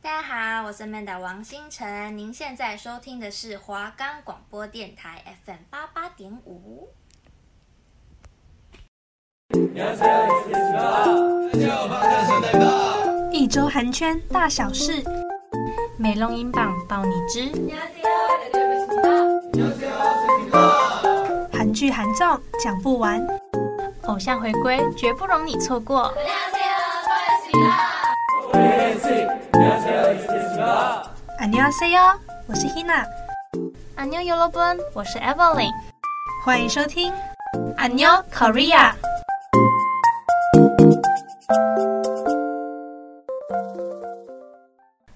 大家好，我是 Manda 王星辰，您现在收听的是华冈广播电台 FM 八八点五。一周韩圈大小事，美容音榜报你知。韩剧韩综讲不完，偶像回归绝不容你错过。안녕하세요，我是 Hina， 안녕여러분，我是 Evelyn。欢迎收听안녕 Korea。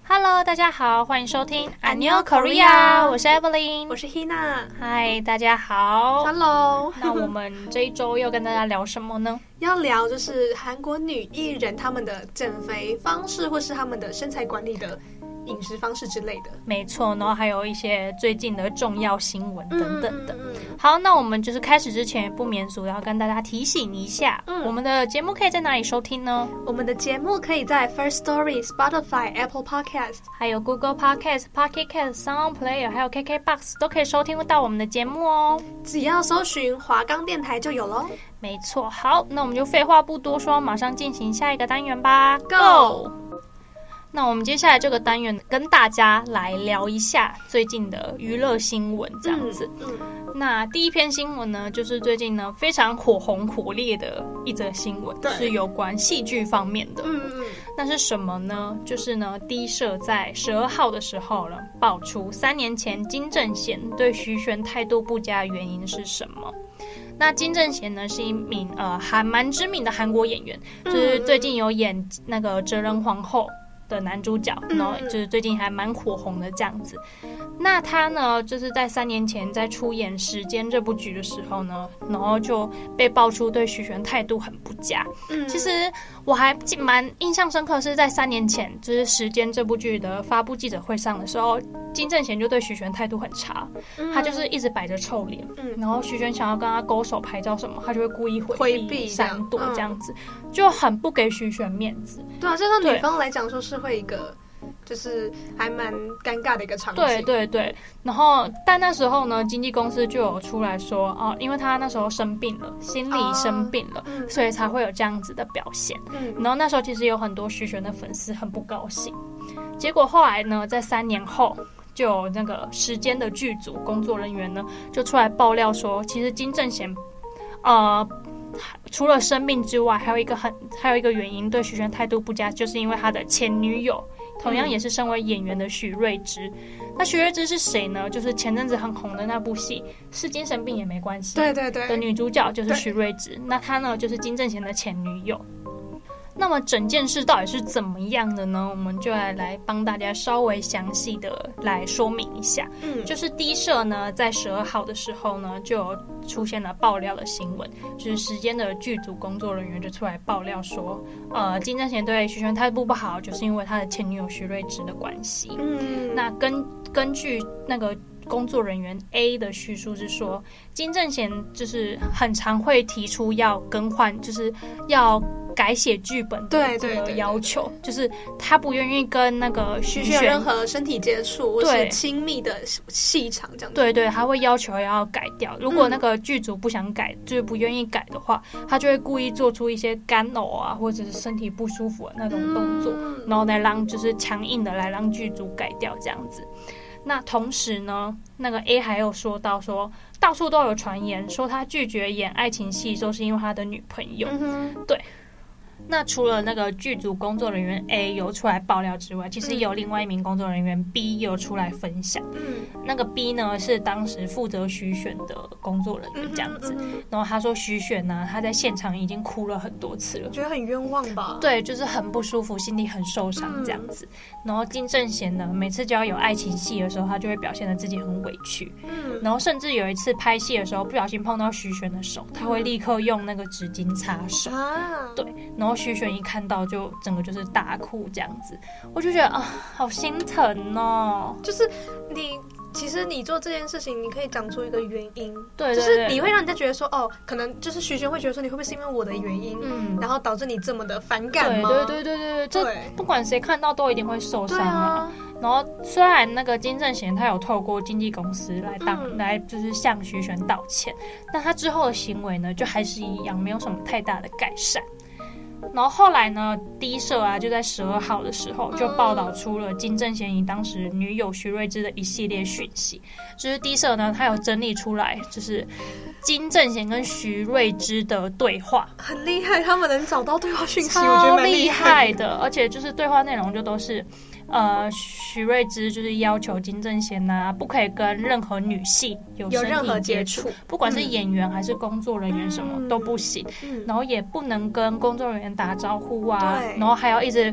Hello，大家好，欢迎收听안녕 안녕 Korea， Korea 我是 Evelyn，我是 Hina。嗨，大家好。 Hello， 那我们这一周要跟大家聊什么呢？要聊就是韩国女艺人她们的减肥方式，或是她们的身材管理的饮食方式之类的，没错，然后还有一些最近的重要新闻等等的。嗯。嗯嗯好，那我们就是开始之前不免俗，要跟大家提醒一下，嗯我们的节目可以在哪里收听呢？我们的节目可以在 First Story、Spotify、Apple Podcast。还有 Google Podcast、Pocket Cast、Sound Player，还有 KKBox 都可以收听到我们的节目哦。只要搜寻华冈电台就有喽。没错，好，那我们就废话不多说，马上进行下一个单元吧。 Go 那我们接下来这个单元跟大家来聊一下最近的娱乐新闻，这样子。嗯，嗯，那第一篇新闻呢，就是最近呢非常火红火烈的一则新闻，对是有关戏剧方面的。嗯嗯那是什么呢？就是呢，低社在十二号的时候呢，爆出三年前金正贤对徐玄态度不佳的原因是什么？那金正贤呢是一名呃还蛮知名的韩国演员，就是最近有演那个《哲仁皇后》的男主角，嗯然后就是最近还蛮火红的这样子。那他呢，就是在三年前在出演《时间》这部剧的时候呢，然后就被爆出对徐玄态度很不佳，嗯，其实我还记蛮印象深刻，是在三年前，就是《时间》这部剧的发布记者会上的时候，金正贤就对徐玄态度很差，嗯他就是一直摆着臭脸，嗯然后徐玄想要跟他勾手拍照什么，他就会故意回回避这样闪躲嗯这样子，就很不给徐玄面子。对啊，这对对女方来讲说是会一个，就是还蛮尴尬的一个场景。对对对，然后但那时候呢，经纪公司就有出来说，哦，因为他那时候生病了，心理哦生病了，嗯所以才会有这样子的表现。嗯然后那时候其实有很多徐玄的粉丝很不高兴，结果后来呢，在三年后，就有那个时间的剧组工作人员呢，就出来爆料说，其实金正贤，呃，除了生病之外，还有一个很还有一个原因对徐玄态度不佳，就是因为他的前女友。同样也是身为演员的许瑞芝，那许瑞芝是谁呢？就是前阵子很红的那部戏《是精神病也没关系》。对对对的女主角就是对徐瑞植，那她呢就是金正贤的前女友。那么整件事到底是怎么样的呢？我们就来来帮大家稍微详细的来说明一下。嗯就是低社呢，在十二号的时候呢，就有出现了爆料的新闻，就是时间的剧组工作人员就出来爆料说，呃，金正贤对徐玄态度不好，就是因为他的前女友徐瑞植的关系。嗯那根根据那个工作人员 A 的叙述是说，金正贤就是很常会提出要更换，就是要改写剧本的对这对个对要求，就是他不愿意跟那个徐必须有任玄。何身体接触或对是亲密的细长这样子。对对，他会要求要改掉。如果嗯那个剧组不想改，就是不愿意改的话，他就会故意做出一些干呕啊，或者是身体不舒服的啊那种动嗯作。然后来让就是强硬的来让剧组改掉这样子。那同时呢，那个 A 还有说到说，到处都有传言说他拒绝演爱情戏，都是因为他的女朋友。嗯哼，那除了那个剧组工作人员 A 有出来爆料之外，其实也有另外一名工作人员 B 有出来分享。嗯，那个 B 呢是当时负责徐选的工作人员这样子。嗯哼然后他说徐选呢、他在现场已经哭了很多次了我。觉得很冤枉吧？，对，就是很不舒服，心里很受伤嗯这样子。然后金正贤呢，每次只要有爱情戏的时候，他就会表现的自己很委屈。嗯，然后甚至有一次拍戏的时候，不小心碰到徐玄的手，他会立刻用那个纸巾擦手。啊，对，然后徐玄一看到就整个就是大哭这样子，我就觉得啊，好心疼哦。就是你其实你做这件事情，你可以讲出一个原因，对对就是对你会让人家觉得说，哦，可能就是徐轩会觉得说，你会不会是因为我的原因，嗯然后导致你这么的反感对吗？对对对对对，这对不管谁看到都一定会受伤对啊，然后虽然那个金正贤他有透过经纪公司来当、嗯来就是向徐玄道歉，但他之后的行为呢，就还是一样，没有什么太大的改善。然后后来呢，第一社啊就在十二号的时候就报道出了金正贤以当时女友徐瑞芝的一系列讯息，就是第一社呢，他有整理出来，就是金正贤跟徐瑞芝的对话，很厉害，他们能找到对话 讯息，我觉得超蛮厉害害的，而且就是对话内容就都是，呃，许瑞芝就是要求金正贤呐、不可以跟任何女性有有身任体何接接触，不管是演员还是工作人员，什么、嗯都不行，嗯然后也不能跟工作人员打招呼啊，对然后还要一直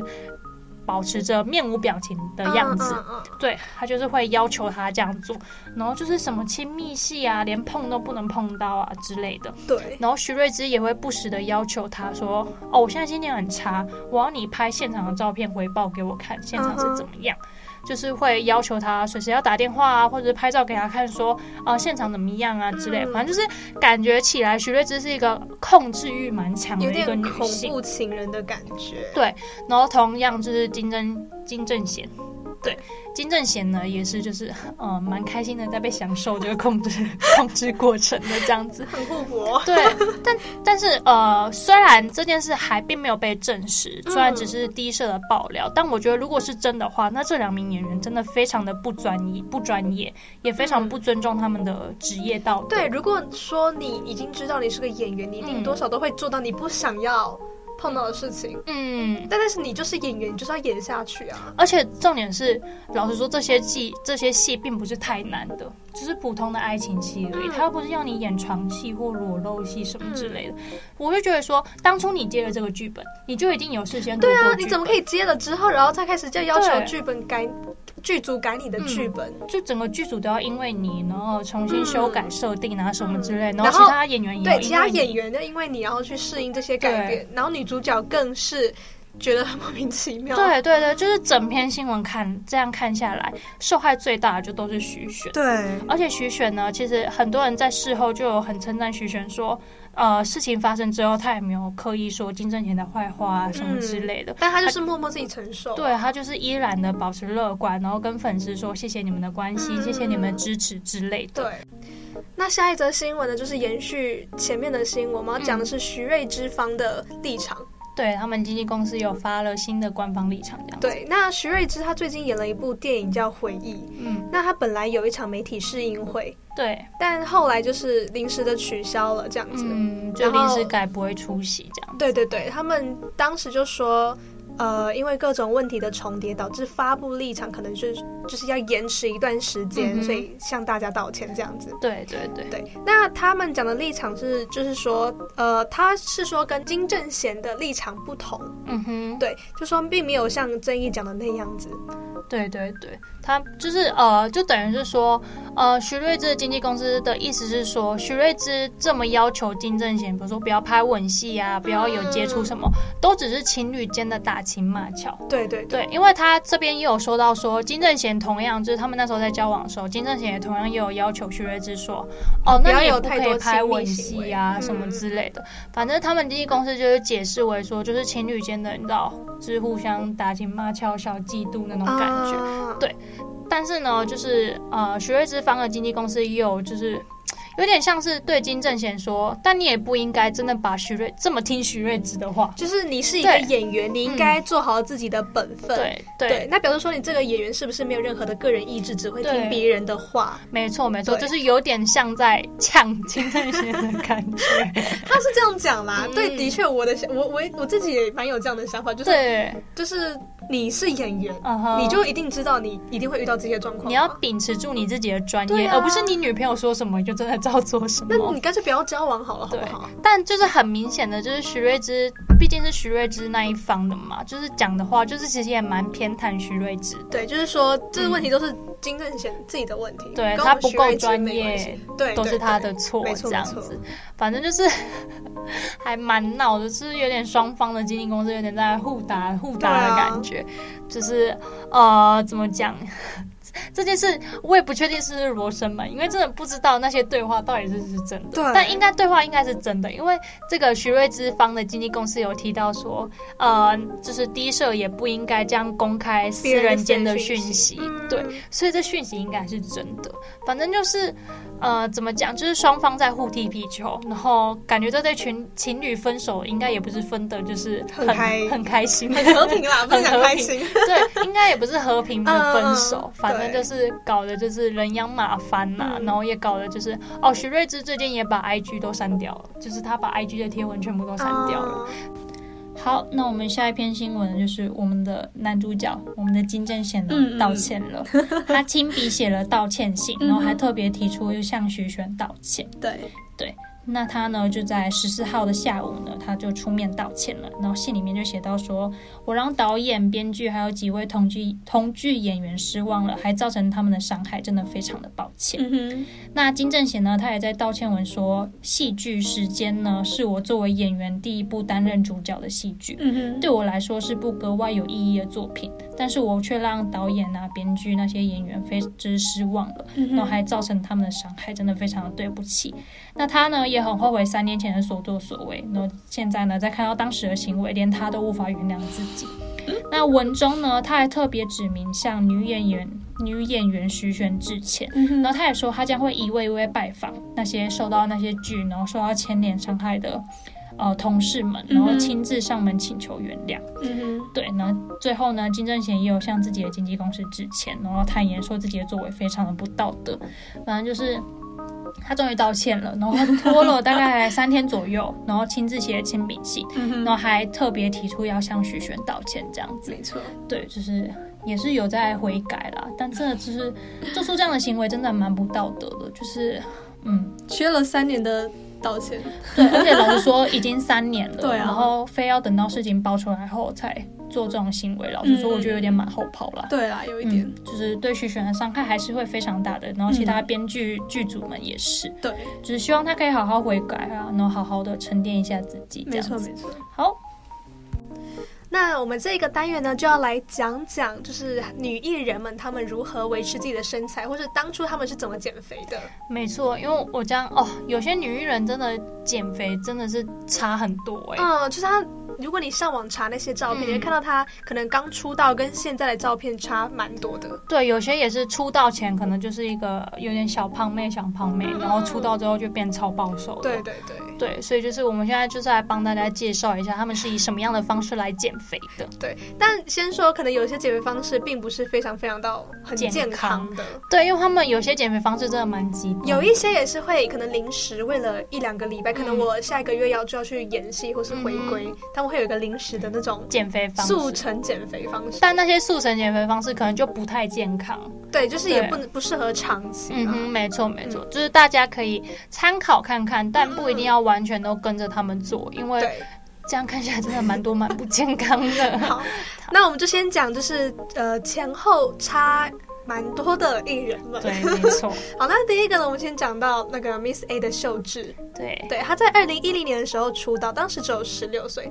保持着面无表情的样子，嗯嗯嗯对他就是会要求他这样做，然后就是什么亲密戏啊，连碰都不能碰到啊之类的。对，然后徐瑞芝也会不时的要求他说：“哦，我现在心情很差，我要你拍现场的照片回报给我看，现场是怎么嗯样。就是会要求他随时要打电话啊，或者是拍照给他看说，啊现场怎么样啊之类的。嗯反正就是感觉起来，徐瑞芝是一个控制欲蛮强的有一个点女恐性。怖情人的感觉，对然后同样就是金正金正贤，对金正贤呢也是就是呃蛮开心的在被享受这个控制 控制过程的这样子。很哦互搏， 对，但但是呃，虽然这件事还并没有被证实，嗯虽然只是第一社的爆料，但我觉得如果是真的话，那这两名演员真的非常的不专一、不专业，也非常嗯不尊重他们的职业道德。对，如果说你已经知道你是个演员，你一定嗯多少都会做到你不想要碰到的事情。嗯，但但是你就是演员，你就是要演下去啊。而且重点是，老实说，这些戏这些戏并不是太难的，只是普通的爱情戏而已。嗯他又不是要你演床戏或裸露戏什么之类的。我就觉得说，当初你接了这个剧本，你就一定有事先对读啊过，你剧怎么本可以接了之后，然后再开始就要求对剧本改，剧组改你的剧本？就整个剧组都要因为你，然后重新修改设定啊什么之类，嗯然后然其后他演员也对，有其因他为你演员就因为你然后去适应这些改对变，然后女主角更是觉得很莫名其妙。，对对对，就是整篇新闻看这样看下来，受害最大的就都是徐选。对，而且徐选呢，其实很多人在事后就有很称赞徐选说，呃，事情发生之后，他也没有刻意说金正贤的坏话啊什么之类的。但她就是默默自己承受。对他就是依然的保持乐观，然后跟粉丝说谢谢你们的关心，嗯谢谢你们的支持之类的。对。那下一则新闻呢，就是延续前面的新闻，我们要讲的是徐瑞之方的立场。对他们经纪公司有发了新的官方立场，这样子。对，那徐瑞之他最近演了一部电影叫《回忆》，嗯，那他本来有一场媒体试映会，对。但后来就是临时的取消了这样子。嗯，就然后临时改不会出席这样。对对对，他们当时就说，呃，因为各种问题的重叠，导致发布立场可能就是就是要延迟一段时间，嗯哼所以向大家道歉这样子。对对对，对，那他们讲的立场是，就是说，呃，他是说跟金正贤的立场不同，嗯哼，对，就说并没有像正义讲的那样子，对对对，他就是呃，就等于是说，呃，徐瑞芝的经纪公司的意思是说，徐瑞芝这么要求金正贤，比如说不要拍吻戏啊，不要有接触什么，都只是情侣间的打情骂俏。对对对，对，因为他这边也有说到说，金正贤同样就是他们那时候在交往的时候，金正贤也同样也有要求徐瑞芝说，哦，不那要你也有不太可以多拍亲密吻行戏为啊、嗯什么之类的。反正他们经纪公司就是解释为说，就是情侣间的，你知道，就是互相打情骂俏、小嫉妒那种感觉。啊对但是呢，就是呃，徐瑞芝方的经纪公司也有就是。有点像是对金正贤说，但你也不应该真的把徐瑞这么听徐瑞芝的话。就是你是一个对嗯演员，你应该做好自己的本分。对对对，那表示说你这个演员是不是没有任何的个人意志，只会对听别人的话？没错没错，对就是有点像在呛金正贤的感觉。 他是这样讲啦。嗯对，的确，我的想我我我自己也蛮有这样的想法，就是对，就是你是演员，嗯哼，你就一定知道你一定会遇到这些状况嘛。你要秉持住你自己的专对业，啊而不是你女朋友说什么你就真的照做什那么你。干脆不要交往好了，好对不好？，但就是很明显的，就是徐瑞芝毕竟是徐瑞芝那一方的嘛，就是讲的话，就是其实也蛮偏袒徐瑞芝的。对，就是说这个问题都是金正贤自己的问题，嗯对跟我他们不徐够瑞芝专没业关系，对，都对是他对的错没，错这样没错子，反正就是 还蛮闹的，就是有点双方的经纪公司啊有点在互打互打的感觉，就是呃，怎么讲？ 这件事我也不确定是不是罗生门，因为真的不知道那些对话到底是不是真的。对但应该对话应该是真的，因为这个徐瑞之方的经纪公司有提到说，呃，就是低社也不应该这样公开私人间的讯息，嗯对，所以这讯息应该是真的。反正就是，呃，怎么讲，就是双方在互踢皮球，然后感觉这对情情侣分手应该也不是分的，就是很很开很开 心，很和平 啦，不是很开心。对，应该也不是和平的分手，嗯反正对就是搞的就是人仰马翻呐、嗯然后也搞的就是哦，徐瑞芝最近也把 IG 都删掉了，就是他把 IG 的贴文全部都删掉了。哦好，那我们下一篇新闻就是我们的男主角，我们的金正贤呢嗯嗯嗯道歉 了，他亲笔写了道歉信，然后还特别提出就向徐玄道歉。对，那他呢，就在十四号的下午呢，他就出面道歉了。然后信里面就写到说，我让导演、编剧还有几位同剧同剧演员失望了，还造成他们的伤害，真的非常的抱歉。嗯那金正贤呢，他也在道歉文说，戏剧《时间》呢，是我作为演员第一部担任主角的戏剧哼，。嗯哼，对我来说是部格外有意义的作品，但是我却让导演啊、编剧那些演员非之失望了，嗯哼然后还造成他们的伤害，真的非常的对不起。那他呢也很后悔三年前的所作所为，然后现在呢再看到当时的行为，连他都无法原谅自己。那文中呢，他还特别指明向女演员女演员徐玄致歉，然后他也说他将会一位一位拜访那些受到那些剧然后受到牵连伤害的呃同事们，然后亲自上门请求原谅。嗯哼，对，然后最后呢，金正贤也有向自己的经纪公司致歉，然后坦言说自己的作为非常的不道德，反正就是。他终于道歉了，然后拖了大概三天左右，然后亲自写了亲笔信，嗯然后还特别提出要向许玄道歉这样子。没错，对，就是也是有在悔改啦，但真的就是做出这样的行为，真的蛮不道德的。就是，嗯，缺了三年的道歉，嗯对，而且老实说，已经三年了， 对啊然后非要等到事情爆出来后才做这种行为，老实说，嗯我觉得有点马后炮啦。对啦，有一点，嗯嗯，就是对徐玄的伤害还是会非常大的，然后其他编剧、剧组们也是，对，只是希望他可以好好悔改啊，然后好好的沉淀一下自己，这没样错子。没错，好，那我们这个单元呢，就要来讲讲，就是女艺人们她们如何维持自己的身材，或者当初她们是怎么减肥的。没错，因为我这样哦，有些女艺人真的减肥真的是差很多哎、嗯，就是她，如果你上网查那些照片，嗯你会看到她可能刚出道跟现在的照片差蛮多的。对，有些也是出道前可能就是一个有点小胖妹、小胖妹，然后出道之后就变超暴瘦了。嗯对对对，对，所以就是我们现在就是来帮大家介绍一下，他们是以什么样的方式来减肥的。但先说，可能有一些减肥方式并不是非常非常到很健健康康的，对，因为他们有些减肥方式真的蛮极端的。有一些也是会可能临时为了一两个礼拜，可能嗯我下一个月要就要去演戏或是回归，他们会有一个临时的那种减肥方速式，成减肥方式。但那些速成减肥方式可能就不太健康。对，就是也对不能不适合长期啊嗯嘛。哼，没错没嗯错，就是大家可以参考看看，但不一定要完全都跟着他们做，因为对，这样看起来真的蛮多蛮不健康的。 好，那我们就先讲，就是呃前后差蛮多的艺人们。对，没错，好，那第一个呢，我们先讲到那个 Miss A 的秀智，对。对，她在二零一零年的时候出道，当时只有十六岁。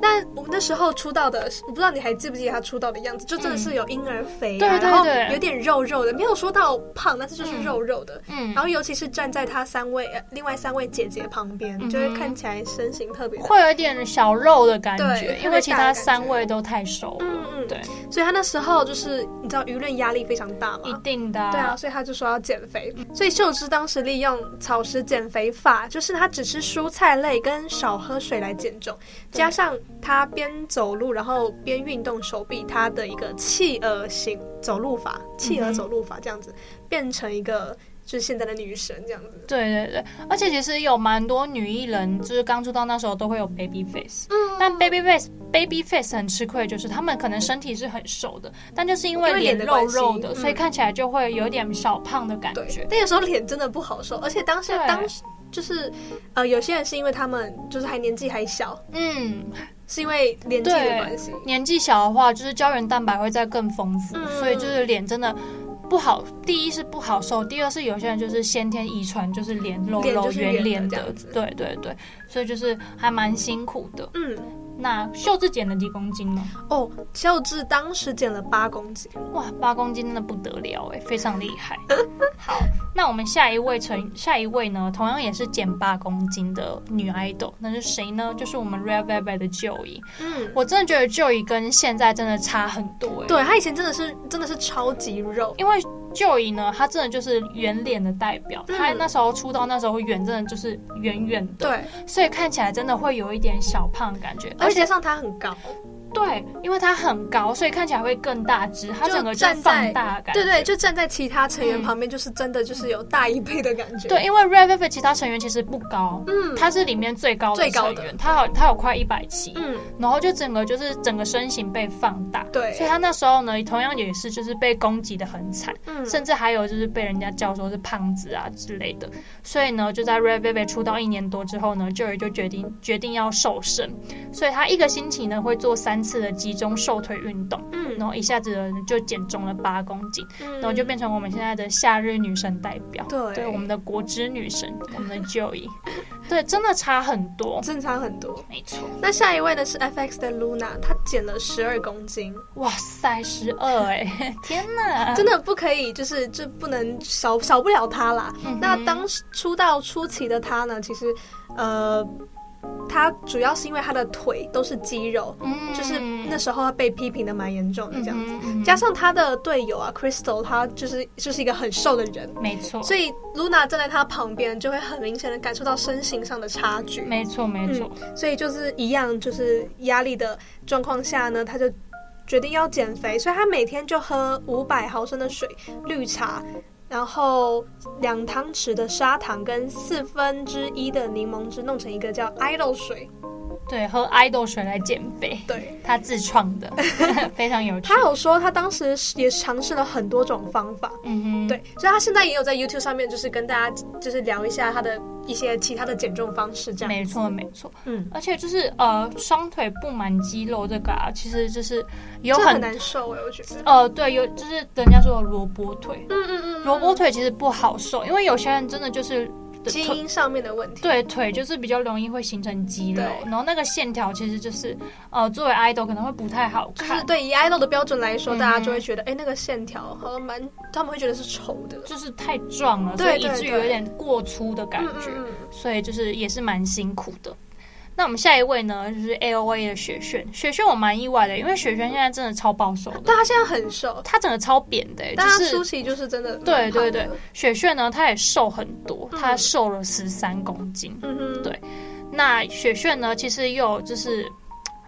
那我们那时候出道的，我不知道你还记不记得她出道的样子，就真的是有婴儿肥、啊对对然后对有点肉肉的，没有说到胖，但是就是嗯肉肉的。嗯然后尤其是站在她三位、呃、另外三位姐姐旁边，就嗯会哼看起来身形特别的会有一点小肉的感觉对，因为其他三位都太熟了，嗯嗯对，所以他那时候就是你知道舆论压力非常大一嘛。定的、对啊，，所以他就说要减肥。所以秀芝当时利用草食减肥法，就是她只吃蔬菜类跟少喝水来减重，对加上她边走路然后边运动手臂，她的一个企鹅型走路嗯法，企鹅走路法这样子，变成一个就是现在的女神这样子。对对对，而且其实有蛮多女艺人，就是刚出道那时候都会有 baby face，嗯，但 baby face baby face 很吃亏，就是她们可能身体是很瘦的，但就是因因为为脸脸的肉关系肉的，嗯所以看起来就会有点小胖的感对觉，，但有时候脸真的不好受，而且当时对当时就是呃，有些人是因为他们就是还年纪还小，嗯，是因为年纪的对关系。年纪小的话，就是胶原蛋白会再更丰富，嗯所以就是脸真的不好。第一是不好受，第二是有些人就是先天遗传，就是脸肉脸肉就是圆圆的脸这的样子，对对对，所以就是还蛮辛苦的。嗯，那秀智减了几公斤呢？哦，秀智当时减了八公斤，哇，八公斤真的不得了哎，非常厉 害。好，那我们下一位成下一位呢，同样也是减八公斤的女 idol，那是谁呢？就是我们 Red Velvet 的 Joey。嗯，我真的觉得 Joey 跟现在真的差很多哎。对他以前真的是真的是超级肉，因为 Joey 呢，他真的就是圆脸的代表，嗯他那时候出道那时候圆真的就是圆圆的，对，所以看起来真的会有一点小胖的感觉，而且加上他很高，对，因为他很高，所以看起来会更大只，他就整个就站在放大的感觉，对对，就站在其他成员嗯旁边，就是真的就是有大一倍的感觉，对，因为 Red Velvet 其他成员其实不高，嗯，他是里面最高的最高成的员，他好他有快一百七，嗯，然后就整个就是整个身形被放大，对所以他那时候呢，同样也是就是被攻击的很惨，嗯甚至还有就是被人家叫说是胖子啊之类的。所以呢，就在 Red Velvet 出道一年多之后呢，Joey 就决定决定要瘦身，所以他一个星期呢会做三次的集中瘦腿运动，嗯，然后一下子呢就减重了八公斤，然然后就变成我们现在的夏日女神代表，嗯对对，我们的国之女神，我们的 Joey，对，真的差很多，正常很多。没错。那下一位呢是 FX 的 Luna，她减了十二公斤，哇塞，十二哎， 天哪！真的不可以，就是这不能少少不了她啦。嗯那哼当时出道初期的她呢，其实呃，她主要是因为她的腿都是肌肉，嗯就是那时候她被批评的蛮严重的这样。嗯哼加上她的队友啊，Crystal，她就是就是一个很瘦的人，没错，所以 Luna 站在她旁边，就会很明显的感受到身形上的差距。没错没嗯错，所以就是一样，就是压力的状况下呢，他就决定要减肥，所以他每天就喝五百毫升的水、绿茶，然后两汤匙的砂糖跟四分之一的柠檬汁弄成一个叫 idol 水。对，喝爱豆水来减肥，对他自创的， 非常有趣。他有说，他当时也尝试了很多种方法。嗯哼，对，，所以他现在也有在 YouTube 上面，就是跟大家就是聊一下他的一些其他的减重方式，这样。没错没错，嗯，而且就是呃，双腿布满肌肉这个啊，其实就是有这很很难受哎、我觉得。呃，对，有就是人家说的萝卜腿，嗯嗯嗯，萝卜腿其实不好受，因为有些人真的就是基腿因上面的问题。对腿就是比较容易会形成肌肉，对然后那个线条其实就是呃，作为 idol 可能会不太好就是看，对以 idol 的标准来说，嗯大家就会觉得，哎、那个线条好像蛮，他们会觉得是丑的，就是太壮了，所对以以对至于对有点过粗的感觉，嗯嗯所以就是也是蛮辛苦的。那我们下一位呢，就是 A O A 的雪炫，雪炫我蛮意外的，因为雪炫现在真的超暴瘦嗯的，但他现在很瘦，她整个超扁的、就但他是初期就是真的，对对对，雪炫呢，她也瘦很多，嗯她瘦了十三公斤。嗯哼，对那雪炫呢，其实也有就是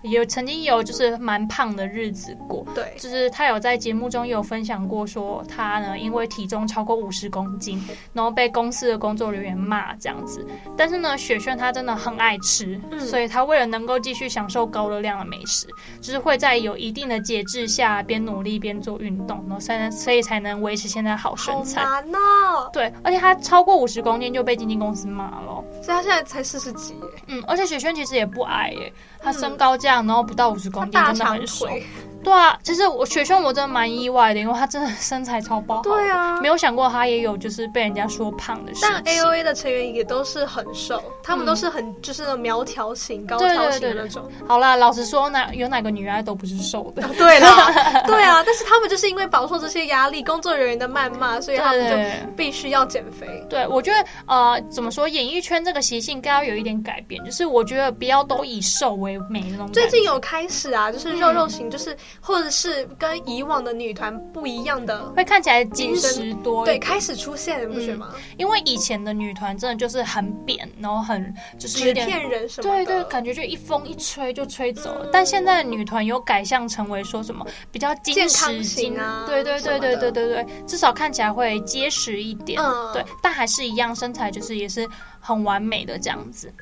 也曾经也有就是蛮胖的日子过，对，就是她有在节目中也有分享过，说她呢因为体重超过五十公斤，然后被公司的工作人员骂这样子。但是呢，雪炫她真的很爱吃，嗯所以她为了能够继续享受高热量的美食，就是会在有一定的节制下边努力边做运动，然后才能所以才能维持现在好身好材。难哦，对，而且她超过五十公斤就被经纪公司骂了。所以他现在才四十几耶，嗯，而且雪轩其实也不矮耶，她身高这样，然后不到五十嗯他公斤，大真的长很瘦。腿，对啊，其实我雪轩我真的蛮意外的，因为她真的身材超爆好的，对啊没有想过她也有就是被人家说胖的事但情。 A O A 的成员也都是很瘦，他嗯们都是很就是那种苗条型、高挑型的那种，哦好啦，老实说，哪有哪个女爱都不是瘦的，对 啦，对啊，但是他们就是因为饱受这些压力、工作人员的谩骂，所以他们就对必须要减肥，对，我觉得呃，怎么说，演艺圈这个习性该要有一点改变，就是我觉得不要都以瘦为美那种感觉。最近有开始啊，就是嗯肉肉型，就是、或者是跟以往的女团不一样的，会看起来精实多一对，点，开始出现，你不觉嗯得吗？因为以前的女团真的就是很扁，然后很就是纸有点片人什么对的，对，感觉就一风一吹就吹走了。但现在的女团有改向成为说什么比较健精康实型精啊对对什对么对的对对对，至少看起来会结实一点。嗯对，但还是一样身材就是也是很完美的这样子。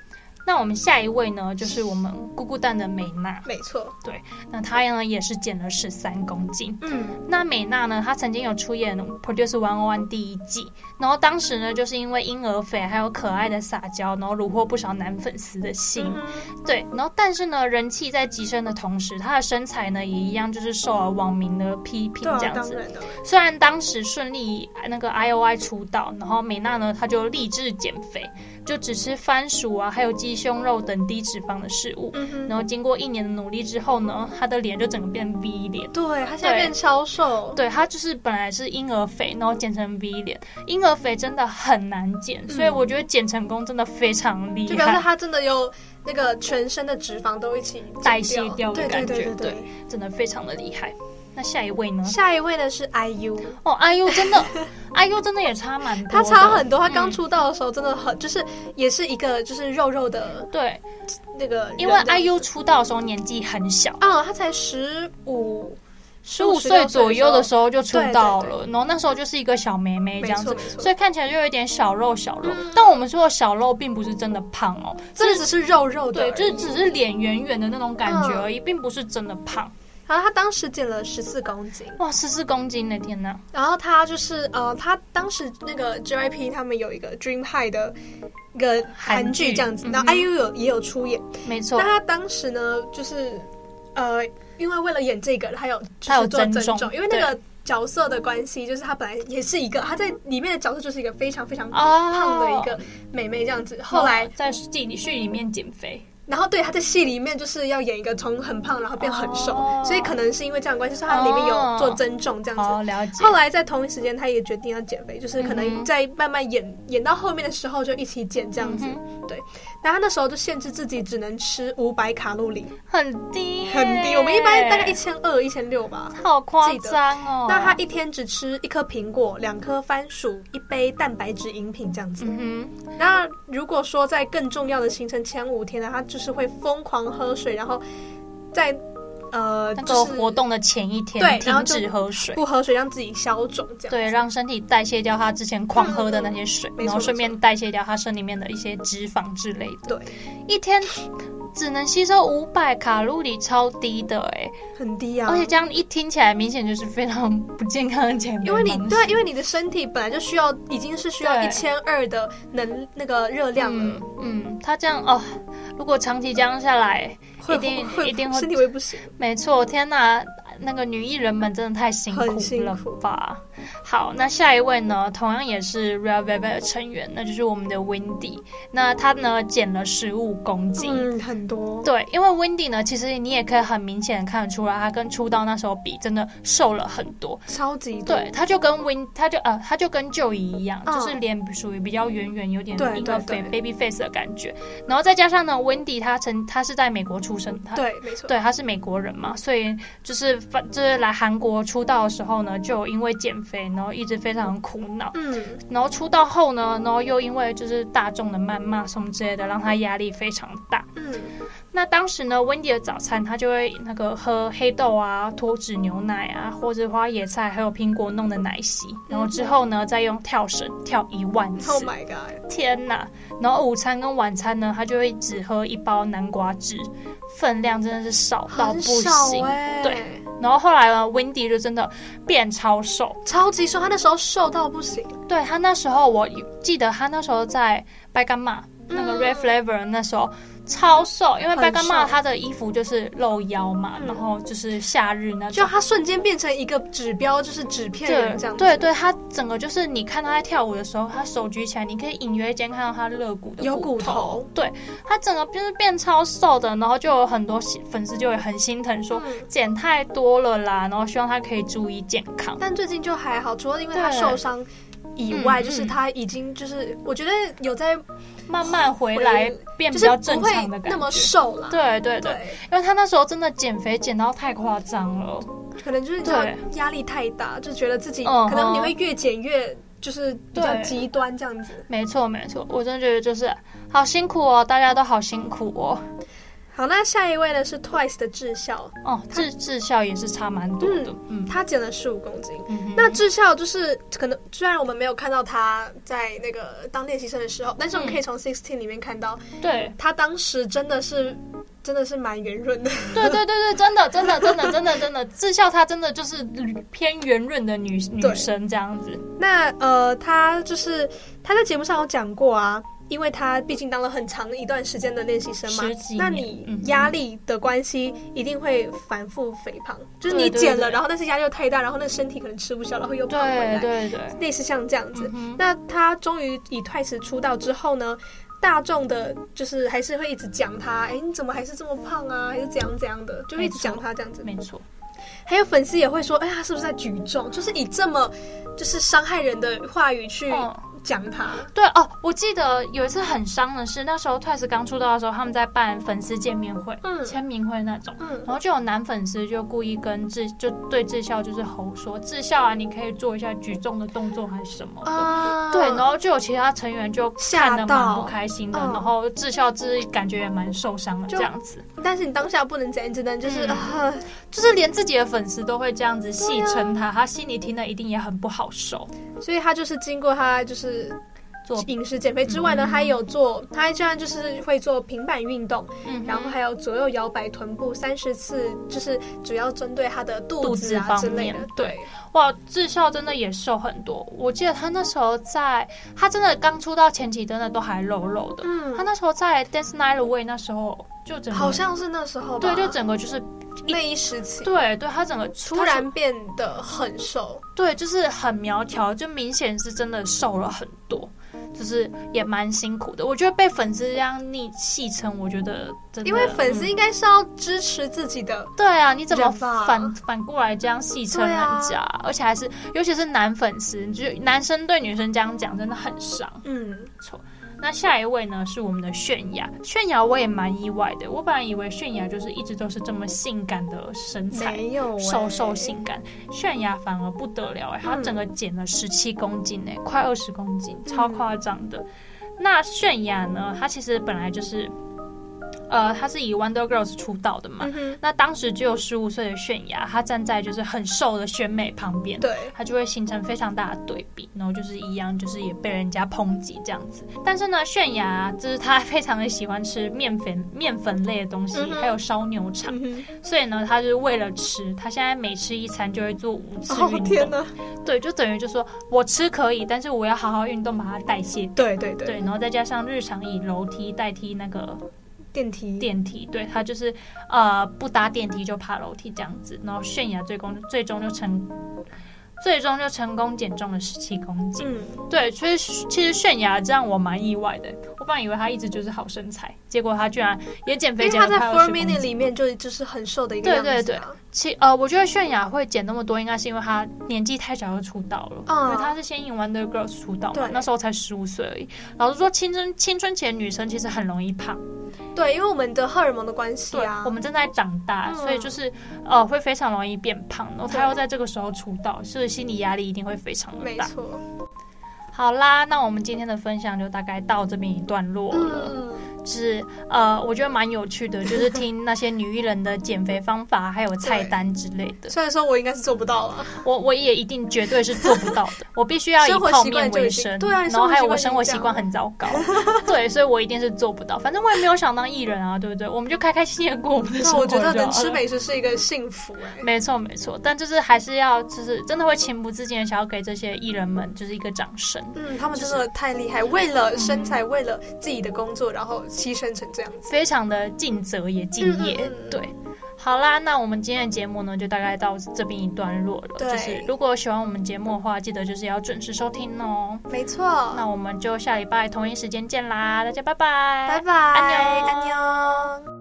那我们下一位呢，就是我们咕咕蛋的美娜，没错，那她呢也是减了十三公斤。嗯，那美娜呢，她曾经有出演《Produce One One》第一季，然后当时呢，就是因为婴儿肥还有可爱的撒娇，然后虏获不少男粉丝的心。嗯对，然后但是呢，人气在急升的同时，她的身材呢也一样，就是受了网民的批评对啊，这样当子。然的，虽然当时顺利呃那个 I O I 出道，然后美娜呢，她就立志减肥，就只吃番薯啊，还有鸡胸肉等低脂肪的食物。嗯哼，然后经过一年的努力之后呢，他的脸就整个变 V 脸。对他现在变超瘦，对，他就是本来是婴儿肥，然后减成 V 脸。婴儿肥真的很难减，所以我觉得减成功真的非常厉嗯就表示害，他真的有那个全身的脂肪都一起减代谢掉的对感对觉，对对对。真的非常的厉害。那下一位呢？下一位呢是 IU，哦，IU 真 的，IU 真的也差蛮多的，他差很多，他嗯刚出道的时候真的很，就是也是一个就是肉肉的对，那个人，因为这样 IU 出道的时候年纪很小，啊，他才十五十五岁左右的时候，候就出道对了，然后那时候就是一个小妹妹这没样错子没，错，嗯所以看起来就有一点小肉小肉。但我们说的小肉并不是真的胖哦，真的只是嗯肉肉的而对，已，就是只是脸圆圆的那种感觉而已，并不是真的胖。然后他当时减了十四公斤，哇，十四公斤的天呐！然后他就是呃，他当时那个 JYP 他们有一个 Dream High 的一个韩剧嗯这样子，韩剧然后 IU 有也有出演。没错那，他当时呢，就是呃，因为为了演这个，他有就他有是做增增重重，因为那个角色的关系，就是他本来也是一个他在里面的角色就是一个非常非常啊胖的一个美眉这样子。后来哦，在剧剧里面减肥，然后对他在戏里面就是要演一个从很胖然后变很瘦，哦所以可能是因为这样的关系，所以他里面哦有做增重这样子。哦，了解后。来在同一时间，他也决定要减肥，就是可嗯能哼在慢慢演、演到后面的时候就一起减这样子。嗯然后他那时候就限制自己只能吃五百卡路里，很低耶，很低，我们一般大概一千二、一千六吧。 好夸张哦。那他一天只吃一颗苹果、两颗番薯、一杯蛋白质饮品这样子。嗯那如果说在更重要的行程前五天呢，他就是会疯狂喝水，然后在呃哼，那就个是活动的前一天对然停后就止喝水，不喝水让自己消肿这样。对，让身体代谢掉他之前狂喝的那些水，没错然后顺便代谢掉他身里面的一些脂肪之类的。对，一天只能吸收五百卡路里，超低的哎、很低啊。而且这样一听起来，明显就是非常不健康的减肥因为你方式对，啊因为你的身体本来就需要，已经是需要对一千二的能那个热量了，嗯嗯，他这样哦，如果长期这样下来，会一定会一定会身体会不行。没错，天哪，那个女艺人们真的太辛苦很辛了苦吧？好，那下一位呢，同样也是 Real Velvet 的成员，那就是我们的 Wendy。那她呢减了十五公斤。嗯，很多。对，因为 Wendy 呢，其实你也可以很明显的看得出来，她跟出道那时候比，真的瘦了很多。超级多，对，她就跟 Win，她就呃，她就跟舅姨一样，嗯就是脸属于比较圆圆，有点对婴儿肥对 baby face 的感觉。然后再加上呢，Wendy 她曾她是在美国出生，她对，没错，对，他是美国人嘛，所以就是反就是来韩国出道的时候呢，就因为减肥，然后一直非常苦恼，嗯，然后出道后呢，然后又因为就是大众的谩骂什么之类的，让他压力非常大。嗯那当时呢，Wendy 的早餐他就会那个喝黑豆啊、脱脂牛奶啊，或者花椰菜，还有苹果弄的奶昔，然后之后呢，再用跳绳跳一万次。 ，Oh my god，天呐！然后午餐跟晚餐呢，他就会只喝一包南瓜汁，分量真的是少到不很行少。哎，对，然后后来呢，Wendy 就真的变超瘦。超级瘦，他那时候瘦到不行，对她那时候，我记得她那时候在白干妈那个 Red Flavor 那时候超瘦，因为嗯很白干妈瘦她的衣服就是露腰嘛，嗯然后就是夏日那就种。他瞬间变成一个指标，就是纸片对人这样子，对对，她整个就是你看她在跳舞的时候，她手举起来，你可以隐约间看到她肋骨的有骨头。头，她整个就是变超瘦的，然后就有很多粉丝就会很心疼说嗯减太多了啦，然后希望她可以注意健康。但最近就还好，除了因为他对受伤以外，嗯就是嗯他已经就是我觉得有在慢慢回来变比较正常的就是不会那感么觉。瘦啦。对对对，对，因为他那时候真的减肥减到太夸张了，可能就是你知道对压力太大，就觉得自己嗯可能你会越减越就是比较对极端这样子。没错没错，我真的觉得就是好辛苦哦，大家都好辛苦哦，好，那下一位呢是 Twice 的智孝，哦，智智孝也是差蛮多的，嗯，他减了十五公斤。嗯哼那智孝就是可能，虽然我们没有看到他在那个当练习生的时候，但是我们嗯可以从 Sixteen 里面看到，对他当时真的是真的是蛮圆润的， 对对对对，真的真的真的真的真的，智孝她真的就是偏圆润的女女对生这样子，那呃，他就是他在节目上有讲过啊，因为他毕竟当了很长一段时间的练习生嘛十几，年那你嗯哼压力的关系一定会反复肥胖，就是对你对减了，对然后但是压力又太大，然后那身体可能吃不消，然后又胖回对来，对对，类似像这样子。嗯哼那他终于以 Twice 出道之后呢，大众的，就是还是会一直讲他，哎、你怎么还是这么胖啊，还是怎样怎样的，就会一直讲他这样子。没错，还有粉丝也会说，哎、他是不是在举重？就是以这么就是伤害人的话语去嗯。讲他。对哦，我记得有一次很伤的是，那时候 Twice 刚出道的时候，他们在办粉丝见面会、嗯签名会那种，嗯然后就有男粉丝就故意跟志就对志孝就是吼说：“志孝啊，你可以做一下举重的动作还是什么的。啊对，然后就有其他成员就看吓得到蛮不开心的，嗯然后志孝自己感觉也蛮受伤的，就这样子，但是你当下不能怎样，只能就是、嗯啊，就是连自己的粉丝都会这样子戏称他，他心里听了一定也很不好受。所以他就是经过他就是做饮食减肥之外呢，他也有做，他居然就是会做平板运动，嗯，然后还有左右摇摆臀部三十次，就是主要针对他的肚肚子子啊方之类的面。对，哇，智孝真的也瘦很多。我记得他那时候在，他真的刚出道前期真的都还肉肉的。嗯他那时候在《Dance Night Away》那时候就整个好像是那时候对，吧就整个就是那一时期对对，他整个突然变得很瘦，对，就是很苗条，就明显是真的瘦了很多，就是也蛮辛苦的。我觉得被粉丝这样逆戏称，我觉得真的因为粉丝嗯应该是要支持自己的。对啊，你怎么人吧反反过来这样戏称对人啊家？而且还是尤其是男粉丝，就男生对女生这样讲，真的很伤。嗯，那下一位呢是我们的泫雅，泫雅我也蛮意外的，我本来以为泫雅就是一直都是这么性感的身材。没有、欸、瘦瘦性感，泫雅反而不得了哎、她嗯整个减了十七公斤哎、快二十公斤，超夸张的。那泫雅呢，她其实本来就是，呃，她是以 Wonder Girls 出道的嘛，嗯哼，那当时只有十五岁的泫雅，她站在就是很瘦的选美旁边，对，它就会形成非常大的对比，然后就是一样，就是也被人家抨击这样子。但是呢，泫雅啊就是她非常的喜欢吃面粉、面粉类的东西嗯，哼还有烧牛肠，嗯所以呢，她就是为了吃，她现在每吃一餐就会做五次哼，哦运天动。哪，对，就等于就说我吃可以，但是我要好好运动把它代谢掉。对对对，对，然后再加上日常以楼梯代替那个电梯电梯，对他就是呃不搭电梯就爬楼梯这样子，然后泫雅最终最终就成最终就成功减重了十七公斤。嗯，对，其实其实泫雅这样我蛮意外的，我本来以为她一直就是好身材，结果她居然也减因肥为减他了在快 Four 二十公 Minute 斤。里面就就是很瘦的一个样子、啊，对对对其呃，我觉得泫雅会减那么多，应该是因为她年纪太小就出道了，嗯因为她是先以 Wonder Girls 出道嘛对，那时候才十五岁而已。老实说，青春青春期的女生其实很容易胖。对，因为我们的荷尔蒙的关系啊，我们正在长大，嗯所以就是呃会非常容易变胖，然后对他又在这个时候出道，所以心理压力一定会非常的没大。错，好啦，那我们今天的分享就大概到这边一段落了。嗯，是呃，我觉得蛮有趣的，就是听那些女艺人的减肥方法，还有菜单之类的。虽然说我应该是做不到了，我我也一定绝对是做不到 的，我必须要以生活泡习惯面就已为经生，对啊你然后还有我生生活活习习惯惯就很糟糕， 对，所以我一定是做不到。反正我也没有想当艺人啊，对不对？我们就开开心心的过我们的生那活我就觉好了。得能吃美食是一个幸福哎、没错没错，但就是还是要，就是真的会情不自禁的想要给这些艺人们就是一个掌声。嗯，他们真的太厉害，为了身材，为了自己的工作，然后牺牲成这样子。非常的尽责也敬业。嗯嗯嗯嗯对，好啦，那我们今天的节目呢，就大概到这边一段落了。对就是如果喜欢我们节目的话，记得就是要准时收听哦。没错，那我们就下礼拜同一时间见啦，大家拜拜，拜拜，安妞安妞。